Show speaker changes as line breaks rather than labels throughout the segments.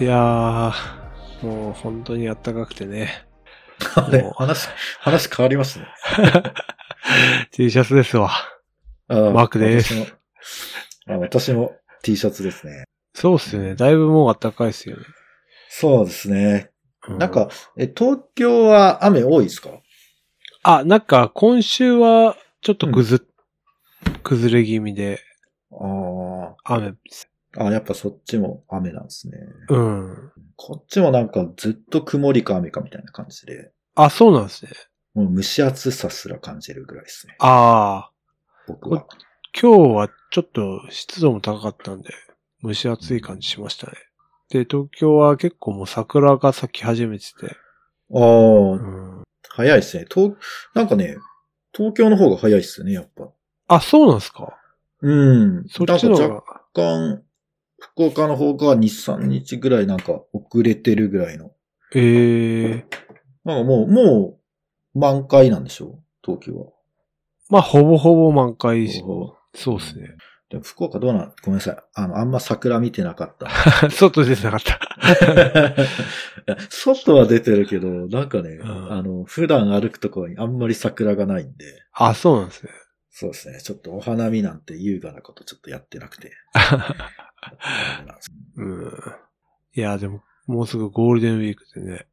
いやー、もう本当にあったかくてね。
あれ
もう
話、話変わりますね。
T シャツですわ。
あ
マークです
私もあ私も T シャツですね。
そうっすよね。だいぶもうあったかいっすよね。
そうですね。
う
なん、か、え、東京は雨多いですか
あ、なんか今週はちょっとぐず、崩れ気味で
あ
雨です。
あ。あ、やっぱそっちも雨なんですね。
うん。
こっちもなんかずっと曇りか雨かみたいな感じで、
あ、そうなんですね。
もう蒸し暑さすら感じるぐらいですね。
あ
僕は。
ー、今日はちょっと湿度も高かったんで、蒸し暑い感じしましたね。で、東京は結構もう桜が咲き始めてて。
ああ、
うん。
早いですね。東、なんかね、東京の方が早いっすよね、やっぱ。
あ、そうなんですか
うん。
そっちの
なん
方
か若
が。
干、福岡の方が2、3日ぐらいなんか遅れてるぐらいの。
ええー。
なんかもう、もう満開なんでしょう東京は。
まあ、ほぼほぼ満開し、
おー
そうですね。
でも福岡どうなんごめんなさい。あの、あんま桜見てなかった。
外出てなかった。
外は出てるけど、なんかね、
ん
あの、普段歩くところにあんまり桜がないんで、
あ、そうなんですね。
そうですね。ちょっとお花見なんて優雅なことちょっとやってなくて。ダメなんです
うん。いや、でも、もうすぐゴールデンウィークでね、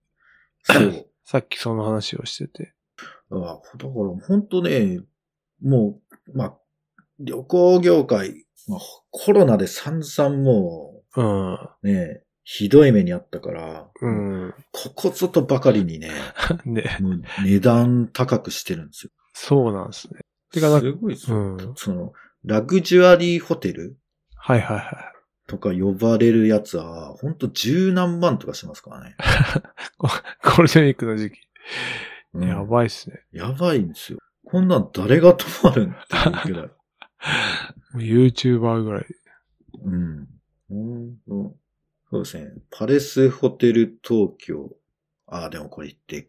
そう。
さっきその話をしてて。
あだから、本当ね、もう、まあ、旅行業界、まあ、コロナで散々も
うん。
う、ね、ひどい目にあったから、
うん。
ここぞとばかりにね、
ね、
もう値段高くしてるんですよ。
そうなんですね。てかなんか
すごいです
う
よ
ん。
その、ラグジュアリーホテル
はいはいは
とか呼ばれるやつは、ほんと十何万とかしますからね。
い。ゴールデンウィークの時期。
うん
やばいっすね。
やばいんですよ。こんなん誰が泊まるんっていうぐら
も
い。
う YouTuber ぐらい。
うん。うんそうですね。パレスホテル東京。ああ、でもこれって、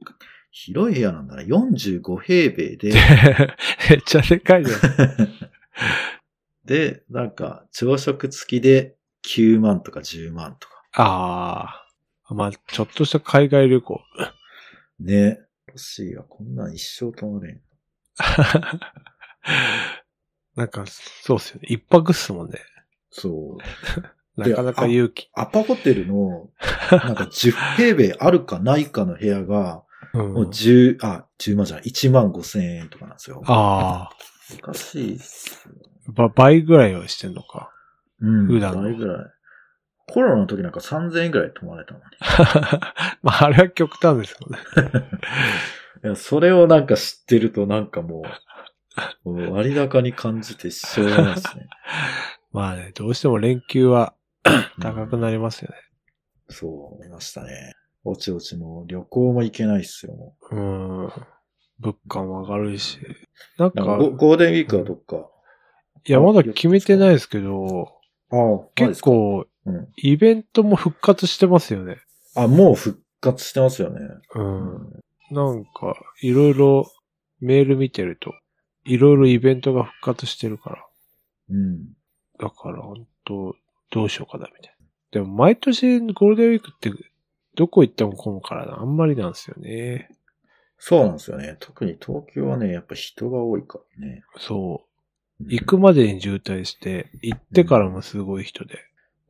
広い部屋なんだな。45平米 で、
めっちゃでかいじゃん。
で、なんか、朝食付きで9万とか10万とか。
ああ。まあ、ちょっとした海外旅 行。
ね。欲しいわ。こんなん一生泊まれん。
なんか、そうっすよね。一泊っすもんね。
そう。
なかなか勇気。
アパホテルの、なんか10平米あるかないかの部屋が、
うん
もう10、あ、10万じゃない、1万5千円とかなんですよ。
ああ。
おかしいっすよ
ば、倍ぐらいはしてんのか。
うん。
普段の
あれぐらい。コロナの時なんか3000円ぐらい泊まれたのに。
まあ、あれは極端ですよね。
いや、それをなんか知ってるとなんかもう、 もう割高に感じてしょうがないですね。
まあね、どうしても連休は
高
高くなりますよね。
そう、思いましたね。おちおちもう旅行も行けないっすよ、も
うーん。物価も上がるし。なん
う。な
か
んか、ゴゴールデンウィークはどっか。
いや、まだ決めてないですけど、
ああ、
結
マジ
構、
っすか。
イベントも復活してますよね。
うん。あ、もう復活してますよね。
う。。
うん
なんか、いろいろメール見てると、いろいろイベントが復活してるから。
うん。
だから、本当どうしようかな、みたいな。でも、毎年ゴールデンウィークって、どこ行っても混むからな、あんまりなんですよね。
そうなんですよね。特に東京はね、やっぱ人が多いからね。
そう。
うん
行くまでに渋滞して、行ってからもすごい人で。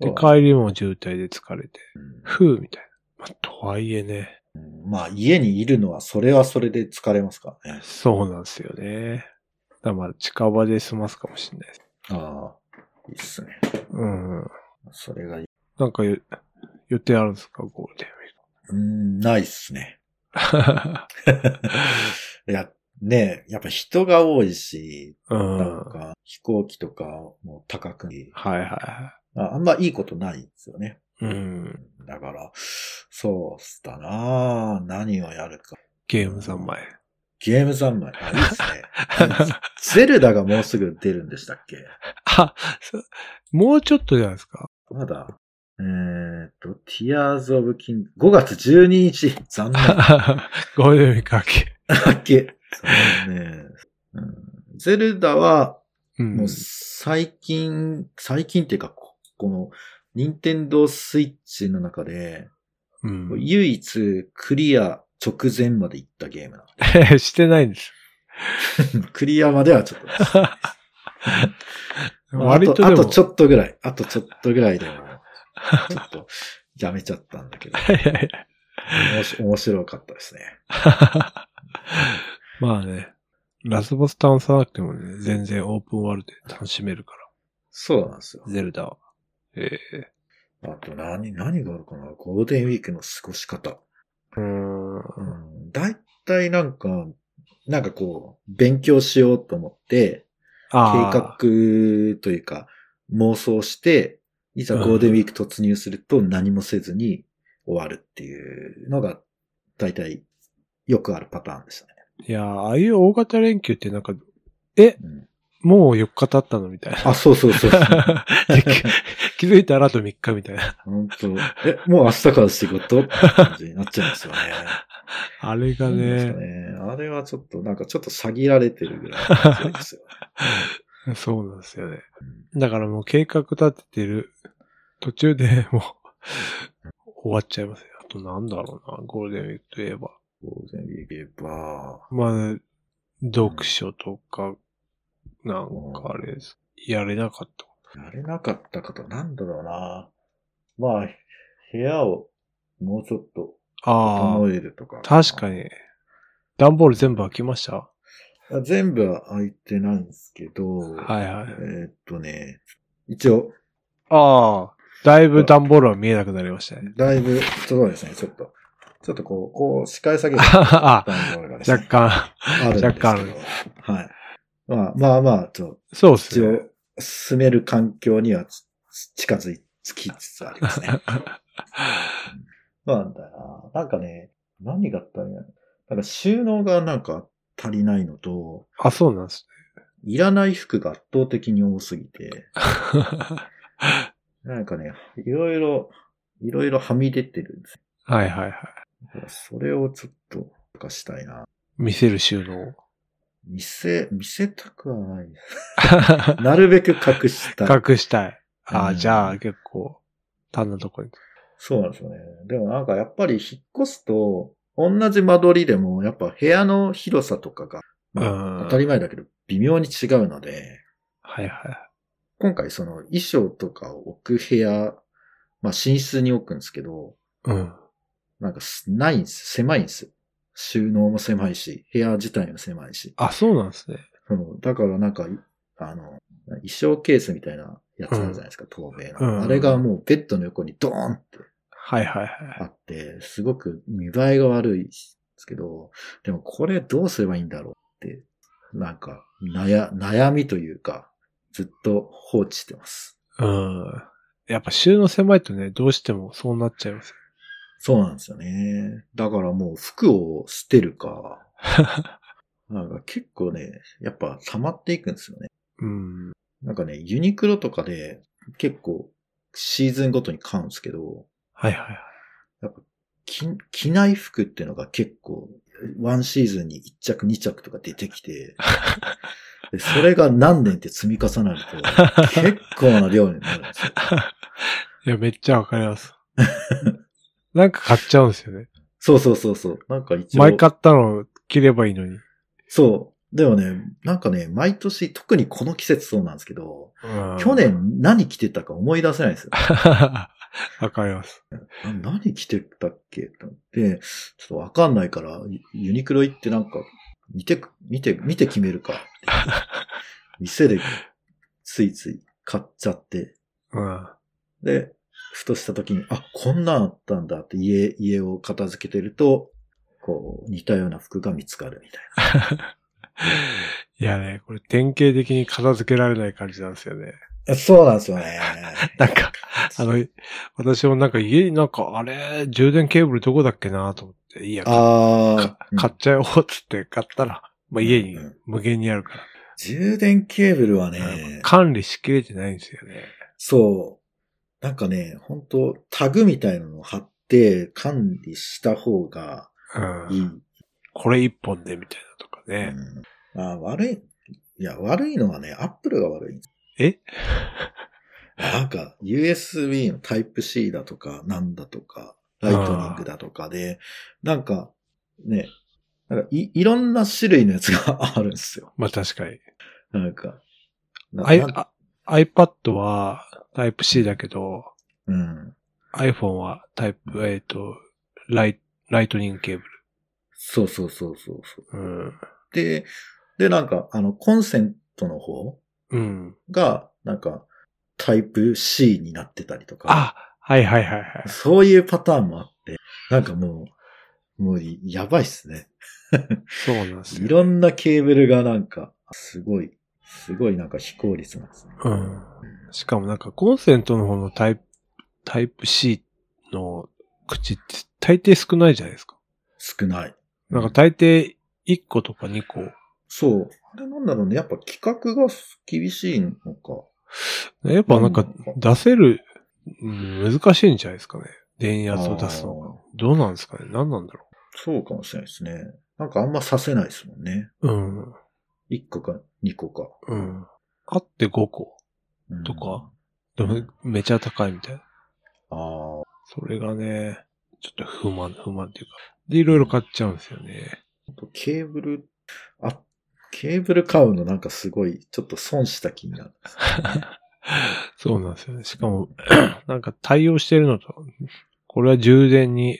で、帰りも渋滞で疲れて。
うん
ふうみたいな。まあ、とはいえね。
うんまあ、家にいるのは、それはそれで疲れますからね。
そうなんですよね。だからまあ、近場で済ますかもしれないです。
ああ、いいっすね。
うん。
それがいい。
なんかよ予定あるんですかゴールデン
うーん、ないっすね。
ウィーク。
いや、ねえやっぱ人が多いし、
うん。
なん
はい
か飛行機とかも高くて
はいは
ああんまいいことないんですよね。
い。うん。
だから、そうっすだなあ何をやるか。
ゲーム三昧。
ゲーム三昧。あ、いいっすね。ゼルダがもうすぐ出るんでしたっけ
あ、そもうちょっとじゃないです か。
まだ、えーっと、Tears of King、5月12日、残念。
ゴールデンウィーク明け。
だっけ。そうね。うんゼルダは、
う
も
ん
う。最近、最近っていうか、ここの任天堂スイッチの中で、
うん。
唯一クリア直前まで行ったゲームな
してないん です。
の。クリアまではちょっと。
割と
あ
で
と、あと
も、
ちょっとぐらい。あとちょっとぐら いでも、ちょっと、やめちゃったんだけど。おもし面白かったですね。
まあね、ラスボス倒さなくてもね、全然オープンワールドで楽しめるか
そうなんですよ。
ら、ゼルダは。ええ
あと何、何があるかなゴールデンウィークの過ごし方。
うーん。
うん。だいたいなんか、なんかこう、勉強しようと思って、計画
ああ。
というか、妄想して、いざゴールデンウィーク突入すると何もせずに終わるっていうのが、だいたいよくあるパターンでしたね。
いやー、ああいう大型連休ってなんか、え、
うん
もう4日経ったのみたい な。
あ、そうそうそ うそう。
で気づいたらあと3日みたいな。
本当え、もう明日から仕事って感じになっちゃうんですよね。
あれが
そうです
ね
よ、ねあれはちょっと、なんかちょっと詐欺られてるぐらいの勢いです よ。
そうなんですよね。
うん
だからもう計画立ててる途中で もう終わっちゃいますよ。あとなんだろうな、ゴールデンウィークといえば。
ゴールデンウィーク言えば、
まあ、読書とか、なんかあれです。やれなかった。
やれなかったことなんだろうな。まあ、部屋をもうちょっと
あ
整えるとか。
あ、確かに。段ボール全部開きました
あ。全部は空いてないんですけど、
はいはい
え。ーっとね、一応、
ああ、だいぶ段ボールは見えなくなりました ね。
だいぶ、そうですね、ちょっと、ちょっとこう、こう、視 界下げ
あ若
若
干、
あるんです
若
けど。
干あるんで
はい。まあまあまあ、ちょっと
そうっす
一
ね。
応、住める環境にはつつ近づいつきつつありますね。そうなんだよな。なんかね、何があったんや。なんか収納がなんか足りないのと、
あ、そうなんです
いらない服が圧倒的に多すぎて、
ね。
なんかね、いろいろ、いろいろはみ出てるんですよ
はいはいはい。
だからそれをちょっと、とかしたいな。
見せる収納。
見せ、見せたくはない。なるべく隠 したい。
隠したい。ああ、
うん
じゃあ結構、単なとこに。
そうなんですよね。でもなんかやっぱり引っ越すと、同じ間取りでも、やっぱ部屋の広さとかが、ま
う
あ
ん
当たり前だけど、微妙に違うので、
はいは
今回その衣装とかを置く部屋、まあ寝室に置くんですけど、
い。うん。
なんかすないんです。狭いんですよ。収納も狭いし、部屋自体も狭いし。
あ、そうなんですね。
うんだからなんか、いあの、衣装ケースみたいなやつあるじゃないですか、透明な。
うん
あれがもうベッドの横にドーンって
はいはいはい。
あって、すごく見栄えが悪いんですけど、でもこれどうすればいいんだろうって、なんか、悩、悩みというか、ずっと放置してます。
うん。やっぱ収納狭いとね、どうしてもそうなっちゃい ますよ。
そうなんですよね。だからもう服を捨てるか、なんか結構ね、やっぱ溜まっていくんですよね。
うん。
なんかね、ユニクロとかで結構シーズンごとに買うんですけど、
はいはいはい。
着着ない服っていうのが結構、ワンシーズンに1着2着とか出てきて、でそれが何年って積み重なる と、結構な量になるんですよ。
いや、めっちゃわかり ます。なんか買っちゃうんですよね。
そうそうそうそう。なんか一応。
前買ったの着ればいいのに。
そう。でもね、なんかね、毎年、特にこの季節そうなんですけど、
うん
去。年何着てたか思い出せないんですよ。
わかります。
あ何着てたっけと思って、ちょっとわかんないから、ユユニクロ行ってなんか、見て、見て、見て決め るかって。店でついつい買っちゃって、
うん。
で、ふとした時に、あ、こんなんあったんだって家、家を片付けてると、こう、似たような服が見つかるみたいな。
いやね、これ典型的に片付けられない感じなんですよね。
えそうなんですよね。
なんか、あの、私もなんか家になんか、あれ、充電ケーブルどこだっけなと思って、いいや、か
ああ、
買っちゃおうっつって買ったら、まあ家に
うん
無限にあるから。
充電ケーブルは
なん
ね
か、管理しきれてないんですよね。
そう。なんかね、本当タグみたいなのを貼って管理した方が
う
いい。
ん。これ一本でみたいなとかね。
うん、あ悪い。いや、悪いのはね、アップルが悪い。
え
なんか、USB の Type-C だとか、なんだとか、ライトニングだとかで、なんか、ね、なんかい、いろんな種類のやつがあるんですよ。
まあ確かに。
なんか。な
アイ
なん
あ iPad は Type-C だけど、
うん。
iPhone は Type、えっ、と、ライ、ライトニングケーブ
そうそうそうそうそう。
ル。うん。
で、で、なんか、あの、コンセントの方
うん。
が、なんか、タイプ C になってたりとか、
あ、はいはいはいはい。
そういうパターンもあって、なんかもう、もうい、やばいっすね。
そうなんですよ。
いろんなケーブルがなんか、すごい、すごいなんか非効率なんですね。
うん。しかもなんかコンセントの方のタイプ、タイプ C の口って大抵少ないじゃないですか。
少ない。
なんか大抵1個とか2個。
そう。あれなんだろうね。やっぱ規格が厳しいのか。
やっぱなんか
なんか
出せる、うん難しいんじゃないですかね。電圧を出すの
あ
が
ー。
どうなんですかね何なんだろ
そうかもしれないですね。なんかあんまさせないですもんね。
う。うん。
1個か2個か。
うん。あって5個。
うん
とか。でもめちゃ高いみたいな。
ああ。
それがね、ちょっと不満、不満っていうか。で、いろいろ買っちゃうんですよね。
あとケーブル、あ、ケーブル買うのなんかすごい、ちょっと損した気になる。
そうなんですよね。しかも、 なんか対応してるのと、これは充電に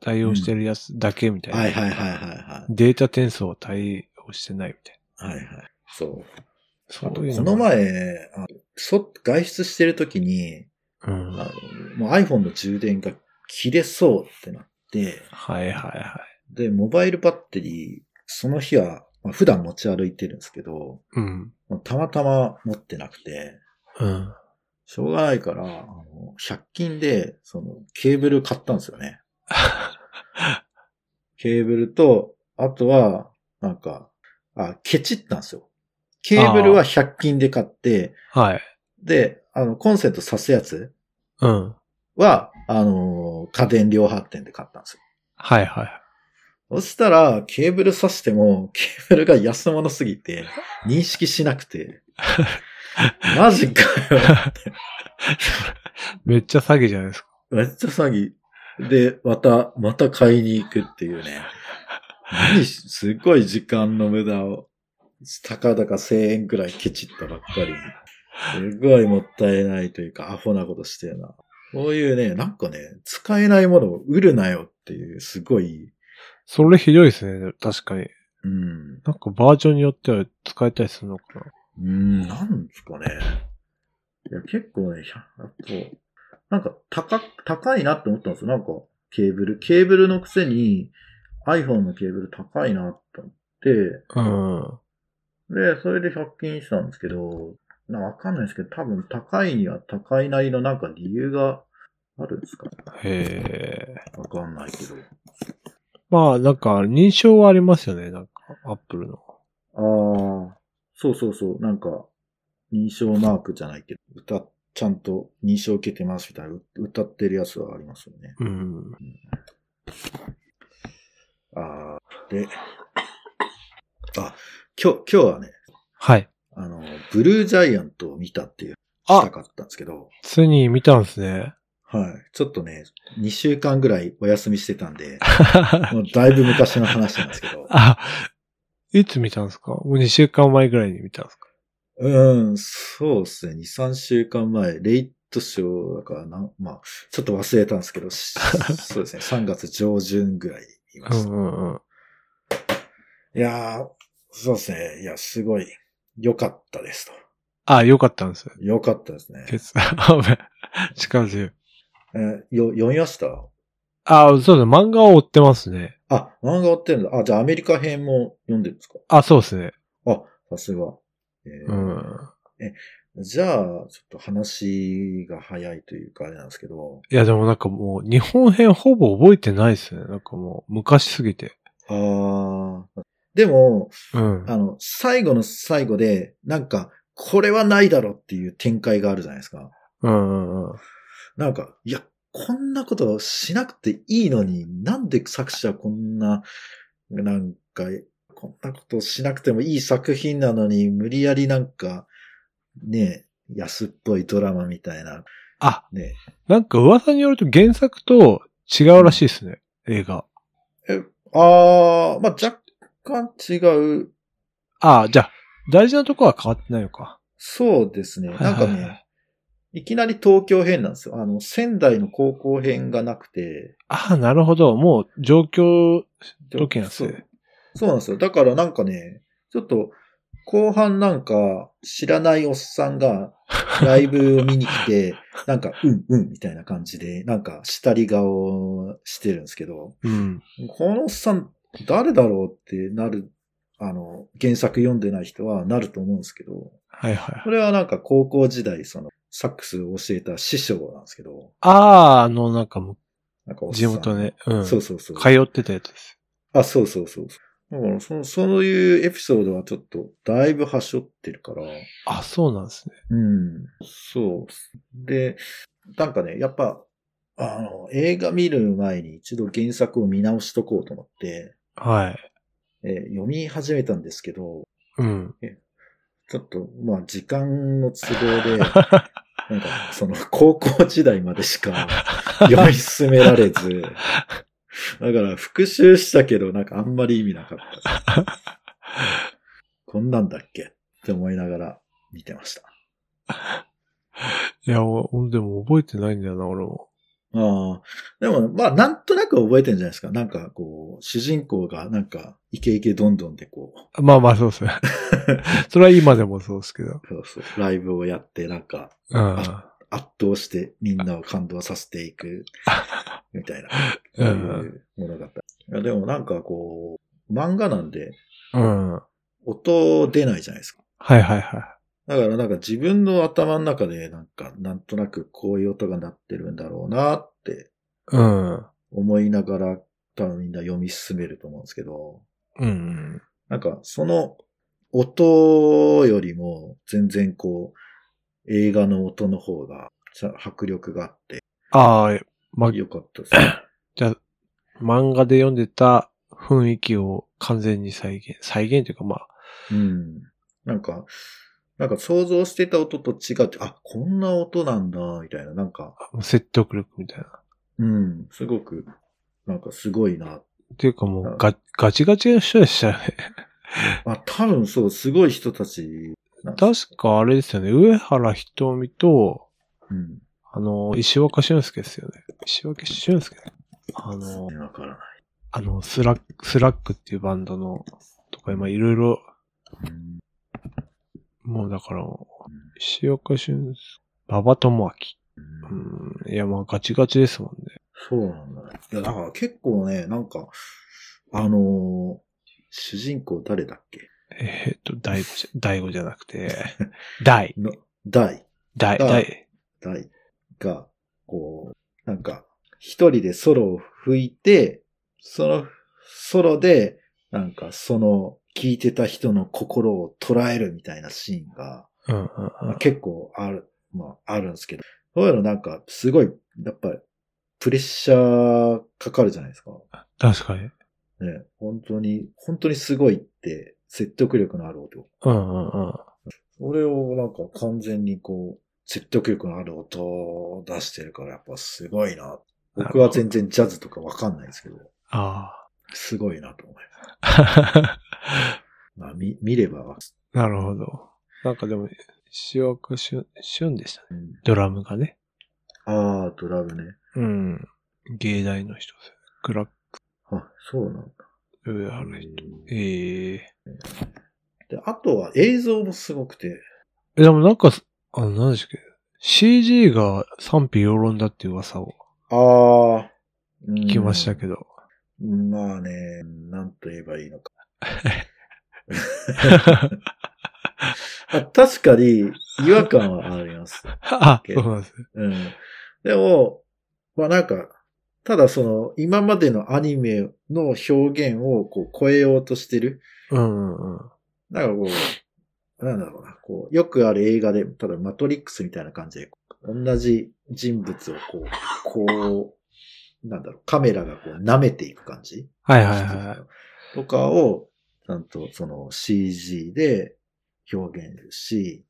対応してるやつだけみたいな。
はいはいはいはいは
データ転送を対応してないみたい
い。はいはい。そう。
な。
あと
そういう
こ
の
の
が。
前、あそ外出してる時に、
うん。は
あのもう iPhone の充電が切れそうってなって、
いはいはい。
で、モバイルバッテリー、その日は、まあ、普段持ち歩いてるんですけど、
うん。
まあたまたま持ってなくて、
うん。
しょうがないから、あの100均で、その、ケーブル買ったんですよね。ケーブルと、あとは、なんか、あ、ケチったんですよ。ケーブルは100均で買って、
はい。
で、あの、コンセント挿すやつ
うん。
は、あのー家電量販店で買ったんですよ。
はいはい。
そしたら、ケーブル挿しても、ケーブルが安物すぎて、認識しなくて、マジかよ。
めっちゃ詐欺じゃないですか。
めっちゃ詐欺。で、また、また買いに行くっていうね。何しすっごい時間の無駄を。たかだか1000円くらいケチったばっかりに。すごいもったいないというか、アホなことしてるな。こういうね、なんかね、使えないものを売るなよっていう、すごい、
それひどいですね。確かに。
うん、
なんかバージョンによっては使えたりするのかな。
うん、なんですかね。いや、結構ね、ひゃあと、なんか、高、高いなって思ったんですよ。なんか、ケーブル。ケーブルのくせに、iPhone のケーブル高いなって思って、
うん。
で、それで100均したんですけど、なわかんないですけど、多分高いには高いなりのなんか理由があるんですかね
へえ。
わかんないけど。
まあ、なんか、認証はありますよね。なんか、アップルの。
ああ、そうそうそう、なんか、認証マークじゃないけど、歌、ちゃんと認証受けてますみたいな、う歌ってるやつはありますよね。
うん。
ああ、で、あ、今日、今日はね、
はい。
あの、ブルージャイアントを見たっていう、
あ
したかったんですけど、
ついに見たんですね。
はい。ちょっとね、2週間ぐらいお休みしてたん で、もうだいぶ昔の話なんですけど、
あ、いつ見たんですかもう2週間前ぐらいに見たんですか
うん、そうですね。2、3週間前、レイトショーだからな、まあ、ちょっと忘れたんですけ ど、しそうですね。3月上旬ぐらいに見ま
う
した。
んうんうん。
いやー、そうですね。いや、すごい、良かったですと。
あ、よかったんですよ。
良かったですね。
ケツ。あ ごめん力強い。
えーよ、読みました
あ、そうですね。漫画を追ってますね。
あ、漫画追ってるんだ。あ、じゃあアメリカ編も読んでるんですか
あ、そうですね。
あ、さすが。えー
うん。
じゃあ、ちょっと話が早いというか、あれなんですけど、
いや、でもなんかもう、日本編ほぼ覚えてないですね。なんかもう、昔すぎて。
あー、でも、
うん。
あの、最後の最後で、なんか、これはないだろっていう展開があるじゃないですか。
うんうんうん。
なんか、いや、こんなことしなくていいのに、なんで作者こんな、なんか、こんなことしなくてもいい作品なのに、無理やりなんか、ねえ、安っぽいドラマみたいな、
あ、
ね。
なんか噂によると原作と違うらしいですね、映画。
あー、まあ、若干違う。
ああ、じゃあ、大事なとこは変わってないのか。
そうですね。なんか
はいはいは
ね、いきなり東京編なんですよ。あの、仙台の高校編がなくて。
ああ、なるほど。もう、状況時なんです
そう
ね。
そうなんですよ。だからなんかね、ちょっと、後半なんか、知らないおっさんが、ライブを見に 来て、なんか、うんうんみたいな感じで、なんか、下り顔をしてるんですけど、
うん。
このおっさん、誰だろうってなる、あの、原作読んでない人はなると思うんですけど、
はいはい。
これはなんか高校時代、その、サックスを教えた師匠なんですけど、
ああ、あの、なんかも
なんかお
う、
っさん
地元。ね、うん。
そう
通
そうそう。
ってたやつです。
あ、そうそうそうそう。だからその、そういうエピソードはちょっと、だいぶ端折ってるから、
あ、そうなんですね。
うん。そう。で、なんかね、やっぱ、あの、映画見る前に一度原作を見直しとこうと思って、
はい。
えー読み始めたんですけど、
うん。
ちょっと、まあ、時間の都合で、なんか、その、高校時代までしか読み進められず、だから、復習したけど、なんかあんまり意味なかった。こんなんだっけって思いながら見てました。
いや、おでも覚えてないんだよな、俺も。
ああ。でも、まあ、なんとなく覚えてるんじゃないですか。なんか、こう、主人公が、なんか、イケイケどんどんで、こう、
まあまあ、そう ですね。それは今でもそうですけど。
そうそうライブをやって、なんか、
うん。
圧倒してみんなを感動させていく、みたいな、
う
そうんいう物語。いやでもなんかこう、漫画なんで、
うん。はい
音出ないじゃないですか。
はいは
だからなんか自分の頭の中で、なんか、なんとなくこういう音が鳴ってるんだろうなって
い。うん。
思いながら、多分みんな読み進めると思うんですけど、
うん。
なんか、その音よりも、全然こう、映画の音の方が、ちゃ迫力があって、
ああ、ま、
良かったですね。
じゃあ、漫画で読んでた雰囲気を完全に再現、再現というかまあ、
うん。なんか、なんか想像してた音と違って、あ、こんな音なんだ、みたいな、なんか、
説得力みたいな。
うん、すごく、なんかすごいな。
っていうかも
うん
うガ、ガチガチの人でしたよね。
まあ、多分そう、すごい人たちなんですよ
確かあれですよね、上原ひとみと、
うん。
あの、石若俊介ですよね。石若俊介あの、
わからない。
あの、スラック、スラックっていうバンドの、とか今いろいろ、
うん
もうだから、石岡俊介、馬場智明。
うん
うん、いやまあガチガチですもんね。
そうなんだね。いや、だから結構ね、なんか、あのー主人公誰だっけ
えーっと、大悟じゃ、大悟じゃなく て、大、
の、大、
大、
あ
大。
大が、こう、なんか、一人でソロを吹いて、そのソロで、なんかその、聞いてた人の心を捉えるみたいなシーンが、
うんうんう
まあ
ん。
結構ある、まああるんですけど、そういうのなんか、すごい、やっぱり、プレッシャーかかるじゃないですか。
確かに。
ね、本当に、本当にすごいって、説得力のある音。
うんうんうん。
それをなんか完全にこう、説得力のある音を出してるからやっぱすごいな。僕は全然ジャズとかわかんないですけど、
あ
すごいなと思います。
あ。
まあ、見、見ればわか
なるほど。なんかでも、石岡俊、俊でしたね。
る。
ドラムがね。
ああ、ドラムね。
うん。芸大の人ですよね。クラッ
あ、そうなんだ。
ク、上原ひとみ。ええ
で、あとは映像もすごくて、
え、でもなんか、あの、何でしたっけ ?CG が賛否両論だっていう噂を
ああ、
聞きましたけど。
ど。まあね、なんと言えばいい のか。 あ確かに違和感はあります。
あ、そうなんですね。
うん。でも、まあなんか、ただその、今までのアニメの表現をこう超えようとしてる。
うんうんうん。
なんかこう、なんだろうな、こう、よくある映画で、ただマトリックスみたいな感じで、同じ人物をこう、こう、なんだろう、カメラがこう舐めていく感じ
はいはいはい。
とかを、ちゃんとその CG で表現するし、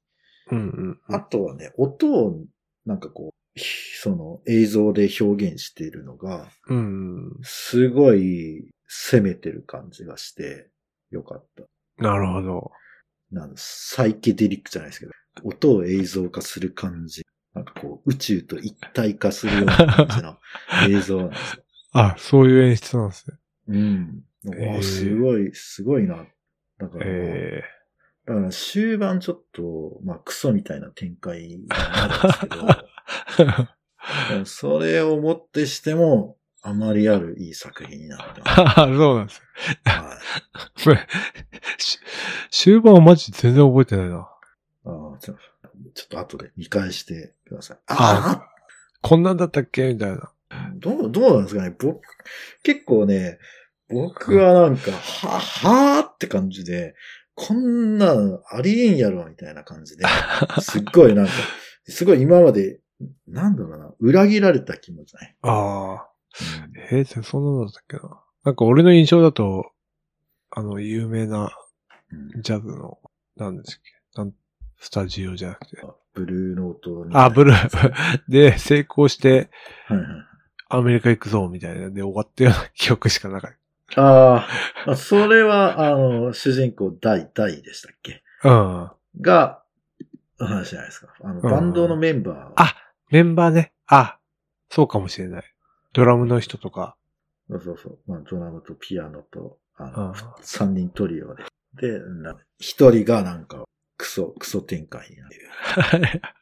うんうんうん。
あとはね、音をなんかこう、ひその映像で表現しているのが、
うんうん。
すごい攻めてる感じがして、よかった。
なるほど。
なんサイケデリックじゃないですけど、音を映像化する感じ。なんかこう、宇宙と一体化するような感 じの映像なんですよ。
あ、そういう演出なんですね。
うん。
えー
あすごい、すごいな。だから、
え
だから終盤ちょっと、まあクソみたいな展開になるんですけ ど、
え
でもそれをもってしても、あまりあるいい作品にな ってます。
あそうなんですね
はい
これ し終盤はマジ全然覚えてないな。
ああ、ちょちょっと後で見返してください。
あこんなんだったっけみたいな。
あどう、どうなんですかね僕、結構ね、僕はなんか、は、はーって感じで、こんなんありえんやろ、みたいな 感じで、すっごいなんか、すごい今まで、なんだろうな、裏切られた気持ちない。
ああ。えー、そんなのだったっけな。なんか俺の印象だと、あの、有名な
うんうん
ジャズの、なんですっけなんスタジオじゃなくて。
ブルーノート
あ、ブ
ル
ルー。 で、成功して、
ー。はいはい
アメリカ行くぞ、みたいな。で、終わったような記憶しかなかっ
あーあ、それは、あの、主人公、大、大でしたっけ
た。うん。
が、話じゃないですか。あの、バンドのメンバー。
あメンバーね。あ、そうかもしれない。ドラムの人と か。
そうそうそう。まあ、ドラムとピアノと、あ
う
の、
ん。
三人トリオで。で、な一人がなんか、クソ、クソ展開になる。
いや、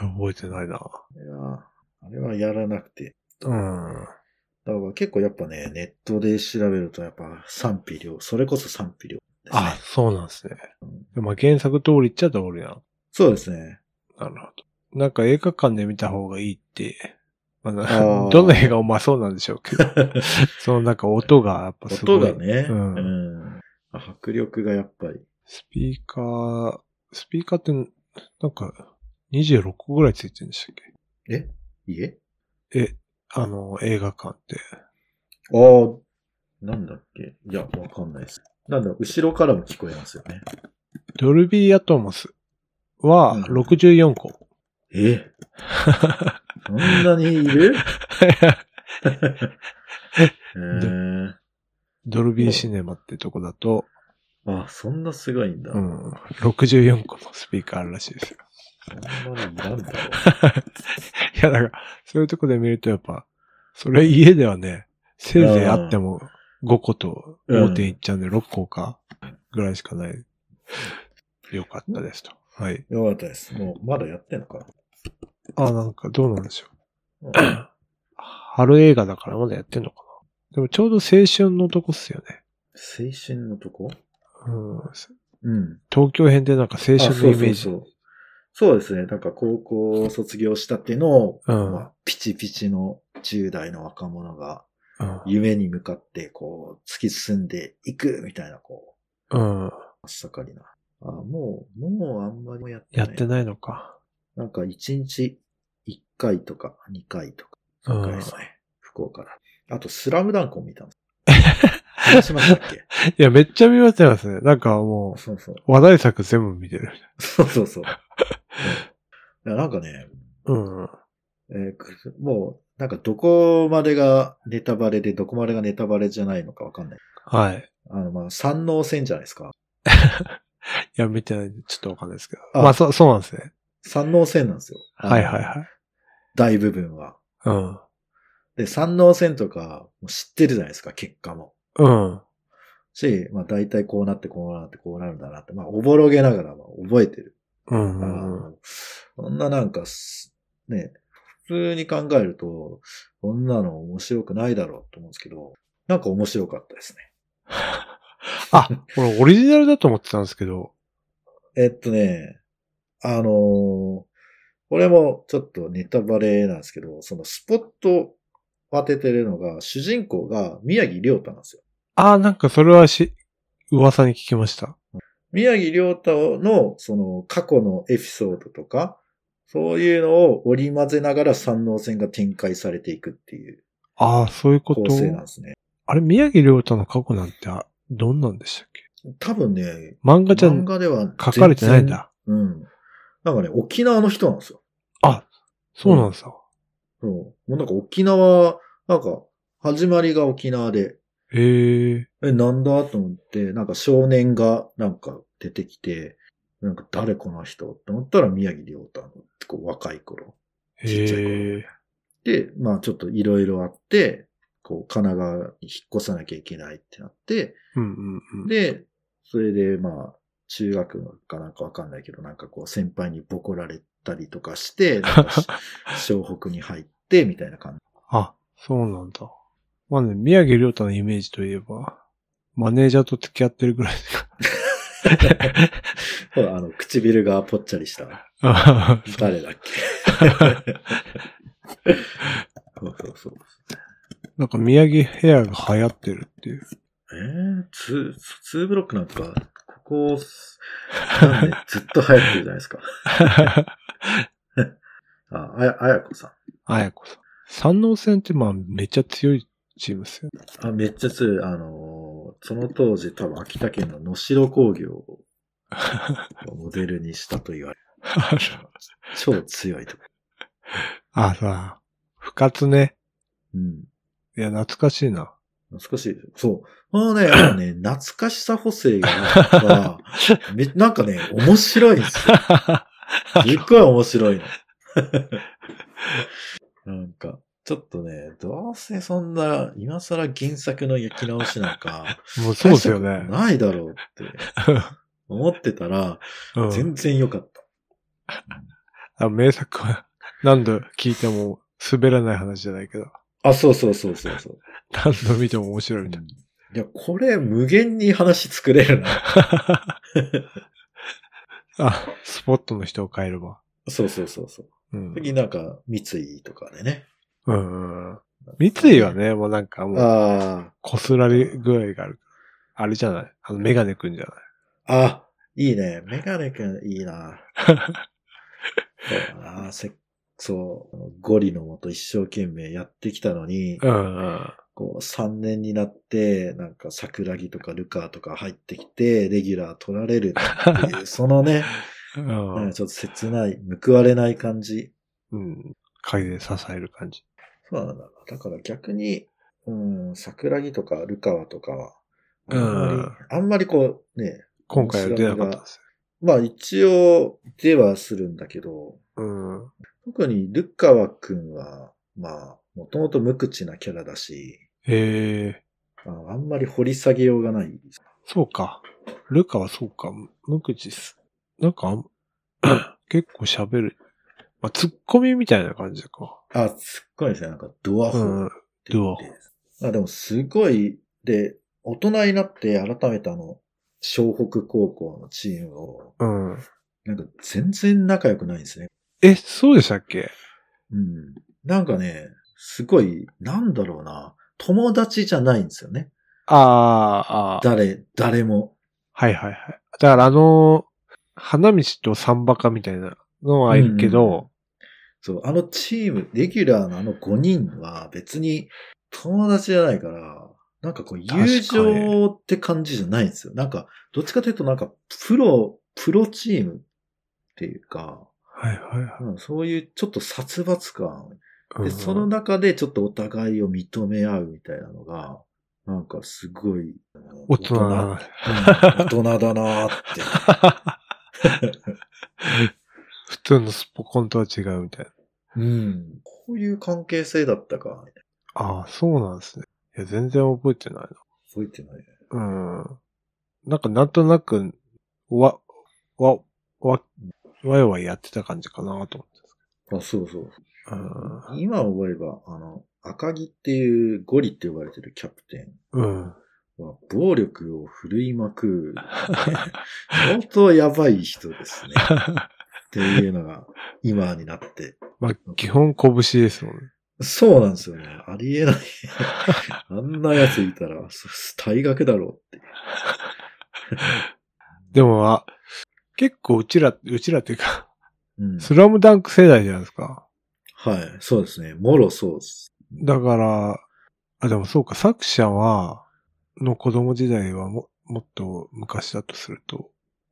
覚えてないな。
いやーあれはやらなくて。
うん。
だから結構やっぱね、ネットで調べるとやっぱ賛否両、それこそ賛否両ですね。
あ、そうなんですね
うん。
まあ原作通りっちゃ通りなの。
そうですね。
なるほど。なんか映画館で見た方がいいって、まあ
あ
な、
ー
どの映画もまあそうなんでしょうけ ど、そのなんか音がやっぱすごい。
音がね、
う
うんん、迫力がやっぱり。
スピーカー、スピーカーってなんか26個ぐらいついてるんでしたっ
えいえ
けえ、あの、映画館って。
ああ、なんだっけいや、わかんないです。なんだろう、後ろからも聞こえますよね。
ドルビーアトモスは
うん
64個。
えそんなにいるえー、
ドルビーシネマってとこだと、
あ、そんなすごいんだ。
う
そん
ん、64個のスピーカーあるらしいですよ。
なにいらんだろう。
いや、だから、そういうとこで見るとやっぱ、それ家ではね、せいぜいあっても5個と
うん
5.1ちゃうんで6個かぐらいしかない。よかったですと。はい。
よかったです。もう、まだやってんのか
あ、なんかどうなんでしょう。
な。
春映画だからまだやってんのかな。でもちょうど青春のとこっすよね。
青春のとこ
うん。
うん。
東京編でなんか青春のイメージ。
あそうそうそうそうですね。なんか高校を卒業したっていうのを、
うん
まあ、ピチピチの10代の若者が
うん
夢に向かってこう突き進んでいくみたいなこ
うん。
う、真っ盛りな。あ、もう、もうあんまりやって
や
ない。
ってないのか。
なんか1日1回とか2回とか、
う
1回
ん
で。すね。福岡だ。あと、スラムダンクを見たんです。話しましたっ け
いや、めっちゃ見ましたね。なんかも
そうそう。
う、話題作全部見てる。
そうそうそう。うんいやなんかね、
うん。
えーくもう、なんかどこまでがネタバレで、どこまでがネタバレじゃないのかわかんない。
はい。
あの、まあ、三能戦じゃないですか。
いや、見てないんで、ちょっとわかんないですけど。
あ
まあ、そう、そうなんですね。
三能戦なんですよ。あの
はいはいはい。
大部分は。
うん。
で、三能戦とか、もう知ってるじゃないですか、結果も。
うん。
し、まあ、大体こうなって、こうなって、こうなるんだなって、まあ、おぼろげながら、まあ、覚えてる。
うんう
あ
んうん。
のそんななんかす、ね、普通に考えると、こんなの面白くないだろうと思うんですけど、なんか面白かったですね。
あ、これオリジナルだと思ってたんですけど。
えっとね、あのーこれもちょっとネタバレなんですけど、そのスポット当ててるのが、主人公が宮城亮太なんですよ。
あ、なんかそれはし、噂に聞きました。
宮城亮太のその過去のエピソードとか、そういうのを織り交ぜながら三能戦が展開されていくっていう
ああ、そういうこと
構。成なんですね。
あれ、宮城亮太の過去なんて、あどんなんでしたっけ
多分ね、
漫画じゃ
漫画では
書かれてないん
全然。
だ。
うん。なんかね、沖縄の人なんですよ。
あ、そうなんですよ。
そう。もうなんか沖縄、なんか、始まりが沖縄で、
へえ。
え、なんだと思って、なんか少年がなんか出てきて、なんか誰この人と思ったら宮城亮太の、こう若い頃。ちっちゃい頃
へえ。
で、まあちょっといろいろあって、こう神奈川に引っ越さなきゃいけないってなって、
うんうんうん。
で、それでまあ、中学のかなんかわかんないけど、なんかこう先輩にボコられたりとかして、なんかし湘北に入って、みたいな感じ。
あ、そうなんだ。まあね、宮城亮太のイメージといえば、マネージャーと付き合ってるぐらいしか。
ほら、あの、唇がぽっちゃりした。
あ
誰だっけそうそうそう。
なんか宮城ヘアが流行ってるって いう。
えー、ツー、ツーブロックなんか、ここ、なんでずっと流行ってるじゃないですか。あ、あや、あやこさ
あやこさん。山王戦ってまあめっちゃ強いチームですよね。
ん。あ、めっちゃ強い。あのーその当時多分秋田県の能代工業 をモデルにしたと言われる。超強いとこ。
あ、さ、深津ね。
うん。
いや、懐かしい な。
懐かしい。そう。こ のね、あのね、懐かしさ補正がなんか、めなんかね、面白いんですよ。 すっごい面白いの。 なんか、ちょっとね、どうせそんな、今更原作の焼き直しなんか、
もうそうですよね。
ないだろうって思ってたら、
うん、
全然良かった。
あ名作は何度聞いても滑らない話じゃないけど、
あ、そうそうそうそうそう。
何度見ても面白いみ たい
いや、これ無限に話作れる な。
な。あ、スポットの人を変えれば。
そうそうそうそう。
うん。
次なんか、三井とかでね。
うんうん。三井は。ね、もうなんかもう、
あ
こすられ具合がある。あれじゃないあの、メガネくんじゃない
あ、あ、いいね。メガネくん、い いな。そうだな。せそう、ゴリのもと一生懸命やってきたのに、
うんうん。
こう、3年になって、なんか桜木とかルカとか入ってきて、レギュラー取られるっていう、そのね、
うん
なんかちょっと切ない、報われない感じ。
うん。影で支える感じ。
そうなんだな。だから逆に、うん、桜木とかルカワとかは、あんまり、
うん
あんまりこう、ね、
今回は出なかったです
まあ一応ではするんだけど、
よ。うん。
特にルカワくんは、まあ、もともと無口なキャラだし、
へえ。
ああんまり掘り下げようがない。
そうか。ルカはそうか。無口っす。なんかあん、 結構喋る。まあ、ツッコミみたいな感じか。
あ、すっごいですね。なんかドアホ
う
ー
ん
っ。て言って。あでもすごい、で、大人になって改めてあの、湘北高校のチームを、
うん。
なんか全然仲良くないんですね。
え、そうでしたっけ
うん。なんかね、すごい、なんだろうな、友達じゃないんですよね。
ああ、ああ。
誰、誰も。
はいはいはい。だからあの、花道とサンバカみたいなのはいるけど、
そう、あのチーム、レギュラーのあの5人は別に友達じゃないから、なんかこ
確
う
かに
友情って感じじゃないんですよ。なんか、どっちかというとなんかプロ、プロチームっていうか、
はいはいは
うんそういうちょっと殺伐感
い。うん
で、その中でちょっとお互いを認め合うみたいなのが、なんかすごい、
大人
うん
な。
大人だなーって。
普通のスポコンとは違うみたいな。
うん。こういう関係性だったか。
ああ、そうなんですね。いや、全然覚えてない
覚えてないね。
な。うん。なんか、なんとなく、わ、わ、わ、わいわいやってた感じかなと思って。
あ、そうそう。
うん
今思えば、あの、赤木っていうゴリって呼ばれてるキャプテ
うん。
ンは暴力を振るいまく、相当やばい人ですね。っていうのが今になって。
まあ、基本拳ですもんね。
そうなんですよね。ありえない。あんなやついたら、そ退学だろうって。
でも、あ、結構うちら、うちらっていうか、
うん。
スラムダンク世代じゃないですか。
はい。そうですね。もろそうです。
だから、あ、でもそうか、作者は、の子供時代はも、もっと昔だとすると、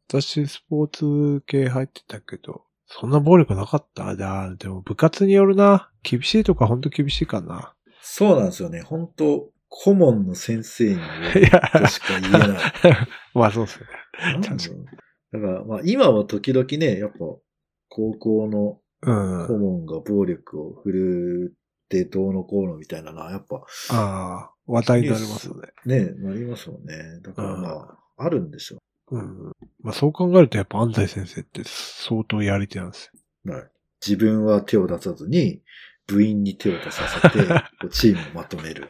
私スポーツ系入ってたけど、そんな暴力なかっただ、でも部活によるな。厳しいとかほんと厳しいかな。
そうなんですよね。本当顧問の先生によ
い
る
や、
としか言えない。
まあそうっすね。
なんだろう
確
だから、まあ今は時々ね、やっぱ、高校の
うん。
顧問が暴力を振るってどうのこうのみたいなのは、やっぱ
ああ、話題になりますよね。
ね、なりますもんね。だからまあ、あるんでしょ
うん。まあそう考えるとやっぱ安西先生って相当やり手なん ですよ。
う。はい。自分は手を出さずに、部員に手を出させて、こうチームをまとめる。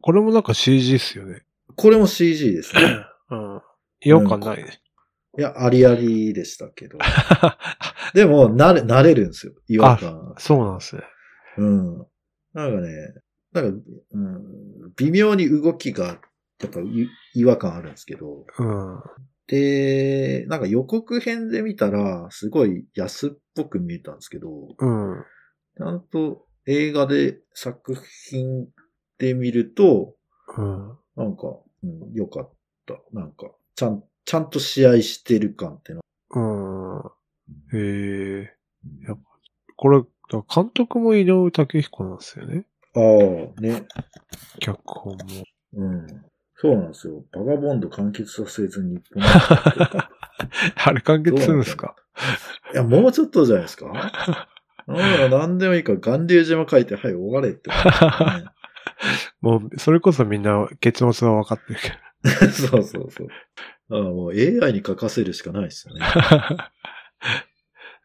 これもなんか CG っすよね。
これも CG ですね。
うん。違和感ないね。
いや、ありありでしたけど。でも、慣れ、慣れるんですよ。違和感。
そうなんですね。
うん。なんかね、なんか、うん、微妙に動きが、やっぱい違和感あるんですけど。
うん。
で、なんか予告編で見たら、すごい安っぽく見えたんですけど、
うん。
ちゃんと映画で作品で見ると、
うん。
なんか、うん、良かった。なんか、ちゃん、ちゃんと試合してる感っての。
うん。へえ。やっぱ、これ、だから監督も井上武彦なんですよね。
ああ、ね。
脚本も。
うん。そうなんですよ。バガボンド完結させずに日本 に
あれ完結するんですか
いや、もうちょっとじゃないですかなんだ何でもいいから、巌流島書いて、はい、終われ って思うんで
もう、それこそみんな結末は分かってるけど。
すよね、そうそうそう。ああもう AI に書かせるしかないで すよね。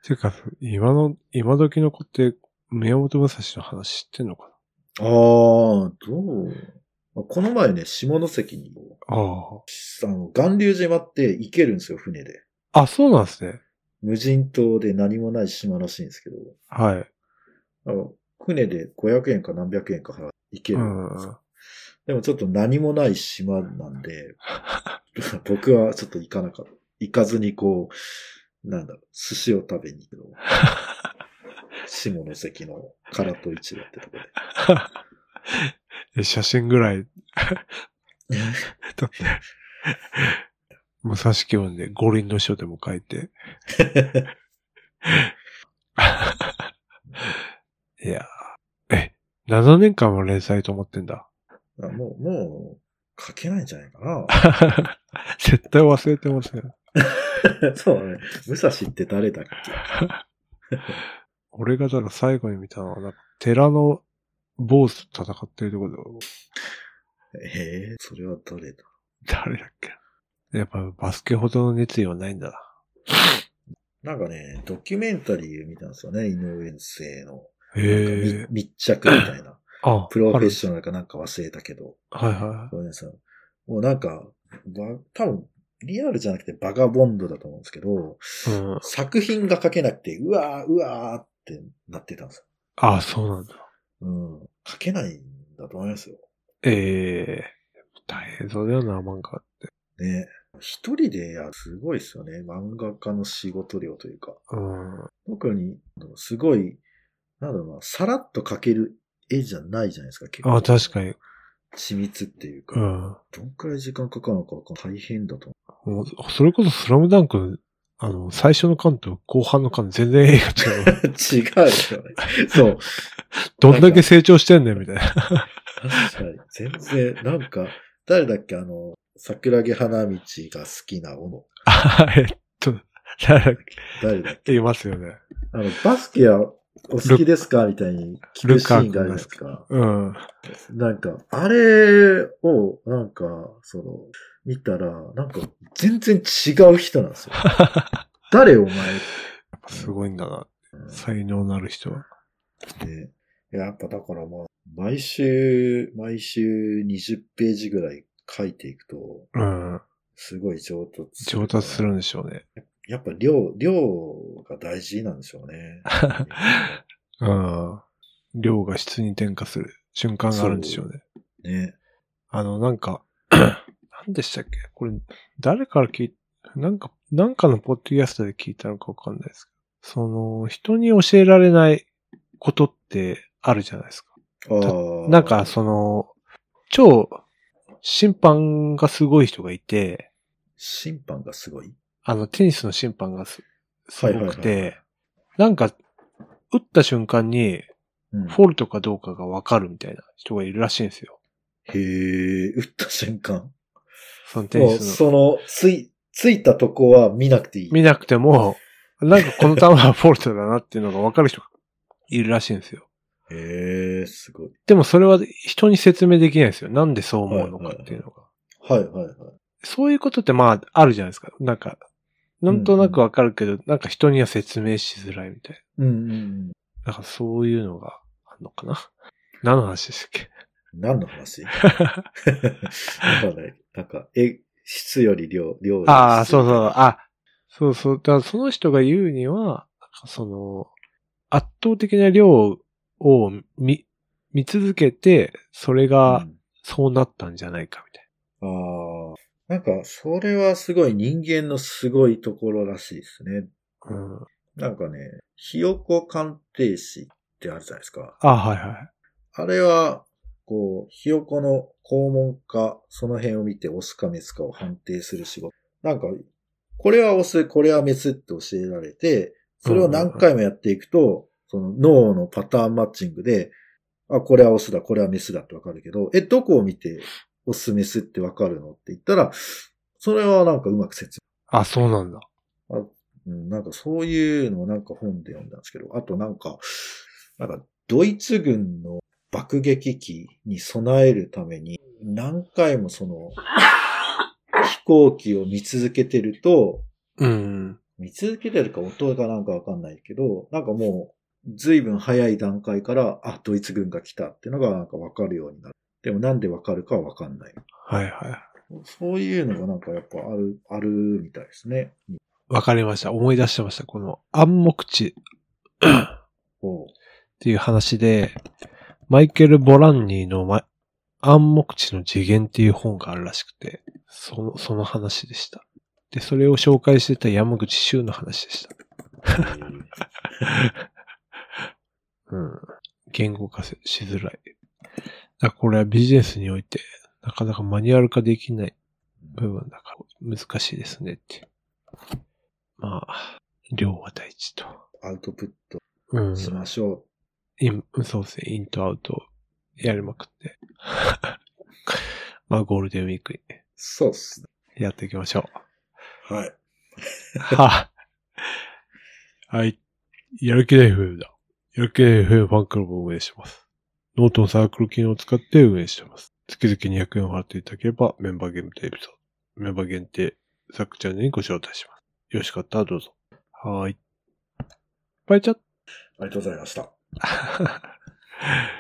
ていうか、今の、今時の子って、宮本武蔵の話知ってんのか
ああ、どうあこの前ね、下関に、
なあ
あの、巌流島って行けるんですよ、船で。
あ。あ、そうなんですね。
無人島で何もない島らしいんですけど、
はい。
あの船で500円か何百円か払って行け
う
る
ん。
んですよ。でもちょっと何もない島なんで、 僕はちょっと行かなかった。行かずにこう、なんだろう、寿司を食べに行くの。下関の唐戸市場ってとこで。
で写真ぐらい撮って、武蔵気分で五輪の書でも書い て。いやー、え、7年間も連載と思ってんだ。
あもう、もう、書けないんじゃないか
絶対忘れてますね。
な。そうね。武蔵って誰だっけ
俺がだから最後に見たのは、なんか寺の坊主と戦ってるところで、
ええそれは誰だ
誰だっけやっぱバスケほどの熱意はないんだな。
なんかね、ドキュメンタリー見たんですよね。井上生の。
へえ。
み密着みたいな。
あ、
プロフェッ
ョ
ショナルかなんか忘れたけど。
はいは
ごめんなさい。もうなんか、ば多分リアルじゃなくてバガボンドだと思うんですけど、
い。うん。
作品が書けなくて、うわー、うわーってなってたんです
ああ、そうなんだ。
よ。うん。書けないんだと思いますよ。
ええ大変そうだよな、漫画って。
ね。一人でやる、すごいですよね。漫画家の仕事量というか。
うん。
特に、すごい、なんだろうな、さらっと描ける絵じゃないじゃないですか、結
あ確かに。
緻密っていうか、
うん。
どんくらい時間かかるのかわかんない大変だと思
もうそれこそスラムダンク、あの、最初の巻と後半の巻全然映画違う。
う。 違うよね。 そう。
どんだけ成長してんねん、みたいな。
確かに。全然、なんか、誰だっけ、あの、桜木花道が好きな斧。
あえっと、誰だっ
誰だっけ
けいますよね。
あの、バスケはお好きですかみたいに聞くシーンがあるじゃないですか。
うん。
なんか、あれを、なんか、その、見たら、なんか、全然違う人なんで すよ。誰お前
すごいんだな。才能のある人は。
って。いややっぱだからまあ、毎週、毎週20ページぐらい書いていくと、
うん。
すごい上達する
上達するんでしょうね。
やっぱ量、量が大事なんでしょう ね。
うん。量が質に転化する瞬間があるんでしょうね。
ね。
あの、なんか、 何でしたっけこれ、誰から聞い、なんか、なんかのポッドキャストで聞いたのかわかんないですけど、その、人に教えられないことってあるじゃないですか。
あー
なんか、、その、超、審判がすごい人がいて、
審判がすごい。
あの、テニスの審判がすすごく
はいはいは
て、なんか、打った瞬間に、
うん
フォールとかどうかがわかるみたいな人がいるらしいんですよ。
へえ、打った瞬間。
そのテ
も
ニ
う、
スの。
その、つい、ついたとこは見なくていい。
見なくても、なんかこの球はフォールトだなっていうのがわかる人がいるらしいんですよ。
へえ、すごい。
でもそれは人に説明できないですよ。なんでそう思うのかっていうのが。
はいはいはい。
そういうことってまああるじゃないですか。なんか、なんとなくわかるけど、なんか人には説明しづらいみたい
うんうんうん。
な。なんかそういうのがあるのかな。何の話でしたっけ
何 の話わかんない。なんか、え、質より量、量より質
ああ、そうそう、。あ、そうそう。だからその人が言うには、なんかその、圧倒的な量を見、見続けて、それ
あ
がそうなったんじゃないかみたい
あー。なんか、それはすごい人間のすごいところらしいですね。
な。うん。
なんかね、ひよこ鑑定士ってあるじゃないですか。
あはいはい。
あれは、こう、ひよこの肛門か、その辺を見てオスかメスかを判定する仕事。なんか、これはオス、これはメスって教えられて、それを何回もやっていくと、その脳のパターンマッチングで、あ、これはオスだ、これはメスだってわかるけど、え、どこを見てオス、メスってわかるのって言ったら、それはなんかうまく説
あ、そうなんだ。
明、うん、なんかそういうのをなんか本で読んだんですけど、あとなんか、なんかドイツ軍の爆撃機に備えるために、何回もその、飛行機を見続けてると、
うん。
見続けてるか音がなんかわかんないけど、なんかもう、随分早い段階から、あ、ドイツ軍が来たっていうのがなんかわかるようになる。でもなんでわかるかはわかんない。
はいはい。
そういうのがなんかやっぱある、あるみたいですね。
わかりました。思い出してました。この暗黙知
おう
っていう話で、マイケル・ボランニーの、ま、暗黙知の次元っていう本があるらしくて、その、その話でした。で、それを紹介してた山口周の話でした。うん。言語化せしづらい。だからこれはビジネスにおいて、なかなかマニュアル化できない部分だから、難しいですねって。まあ、量は大事と。
アウトプッ
うん
トしましょ
イン、そうですね、インとアウトやりまくって。 まあ、ゴールデンウィークに
う。そうっすね。
やっていきましょ
はい。
う。 はあはい。やる気ない FM だ。やる気ない FM ファンクラブを運営してます。ノートのサークル機能を使って運営してます。月々200円を払っていただければメンバー限定エピソード、メンバー限定サークルチャンネルにご招待します。よろしかったらどうぞ。はーい。バイチャッ
ありがとうございました。
ト